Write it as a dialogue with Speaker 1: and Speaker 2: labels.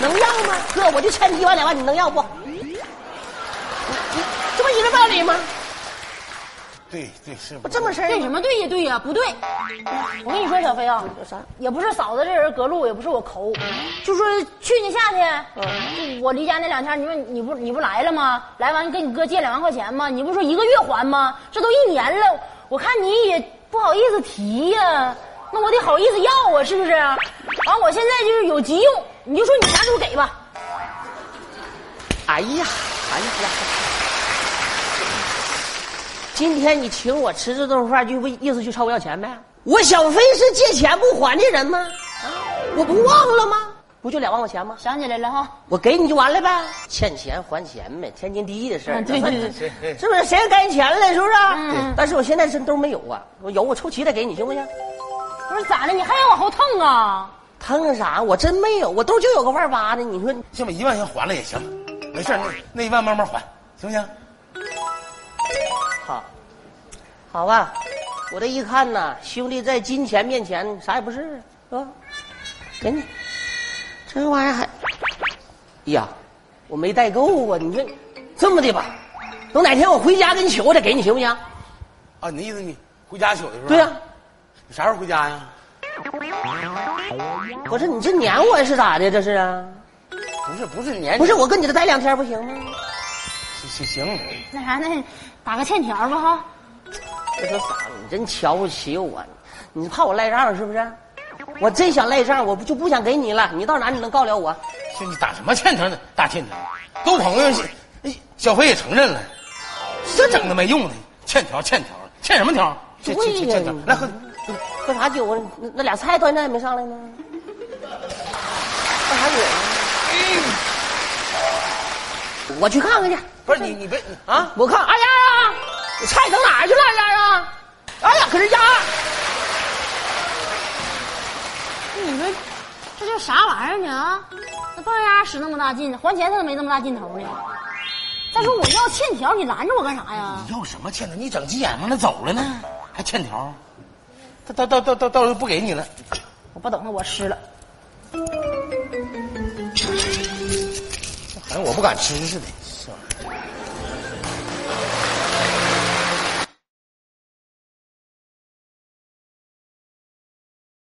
Speaker 1: 能要吗？哥，我就欠你一万两万，你能要不？你你这不一个道理吗？
Speaker 2: 对对是
Speaker 1: 不，这么事儿
Speaker 3: 对什么对呀对呀不对，我跟你说小飞啊，
Speaker 1: 有啥？
Speaker 3: 也不是嫂子这人隔路，也不是我抠，就说去年夏天，
Speaker 1: 嗯
Speaker 3: 就我离家那两天，你说你不你不来了吗？来完跟你哥借两万块钱吗？你不说一个月还吗？这都一年了，我看你也不好意思提呀、那我得好意思要啊，是不是？完我现在就是有急用，你就说你啥时候给吧。
Speaker 1: 哎呀，哎呀！今天你请我吃这顿饭，就为意思去朝我要钱呗？我小飞是借钱不还的人吗？啊，我不忘了吗？不就两万块钱吗？
Speaker 3: 想起来了哈，
Speaker 1: 我给你就完了呗？欠钱还钱呗，天经地义的事儿。
Speaker 3: 嗯对对对
Speaker 2: 是
Speaker 1: 是不是谁也该钱了？是不是？
Speaker 3: 嗯
Speaker 1: 但是我现在真兜没有啊，我有我凑齐再给你，行不行？
Speaker 3: 不是咋的？你还想往后蹭啊？
Speaker 1: 腾啥？我真没有，我兜就有个万八的。你说
Speaker 2: 先把一万先还了也行，没事儿，那那一万慢慢还，行不行？
Speaker 1: 好，好吧，我这一看呐，兄弟在金钱面前啥也不是，是吧？给你，这玩意儿还，哎呀，我没带够啊！你这这么的吧，等哪天我回家跟你取，我再给你行不行？
Speaker 2: 啊，你的意思你回家取的是吧？
Speaker 1: 对呀、
Speaker 2: 你啥时候回家呀？
Speaker 1: 我说你这撵我是咋的？这是啊？
Speaker 2: 不是不是年
Speaker 1: 不是，我跟你这待两天不行吗？
Speaker 2: 行行行，
Speaker 3: 那啥，那打个欠条吧哈。
Speaker 1: 这说啥？你真瞧不起我，你怕我赖账是不是？我真想赖账，我不就不想给你了。你到哪你能告了我？
Speaker 2: 兄弟打什么欠条呢？大欠条，都朋友，哎小飞也承认了，这整的没用的，欠条欠条，欠什么条？欠欠欠欠条，来喝。
Speaker 1: 喝啥酒啊？那那俩菜端上也没上来呢。喝啥酒啊？我去看看去
Speaker 2: 不是你你别
Speaker 1: 啊！我看，哎呀呀，我菜整哪儿去了？哎呀呀！哎呀，搁这压。
Speaker 3: 你说这叫啥玩意儿呢啊？那抱丫使那么大劲，还钱他都没那么大劲头呢。再说我要欠条，你拦着我干啥呀？
Speaker 2: 你要什么欠条？你整急眼往那走了呢，还欠条？他到到到到到时候不给你了。
Speaker 3: 我不等了，我吃了。
Speaker 2: 反正我不敢吃似的。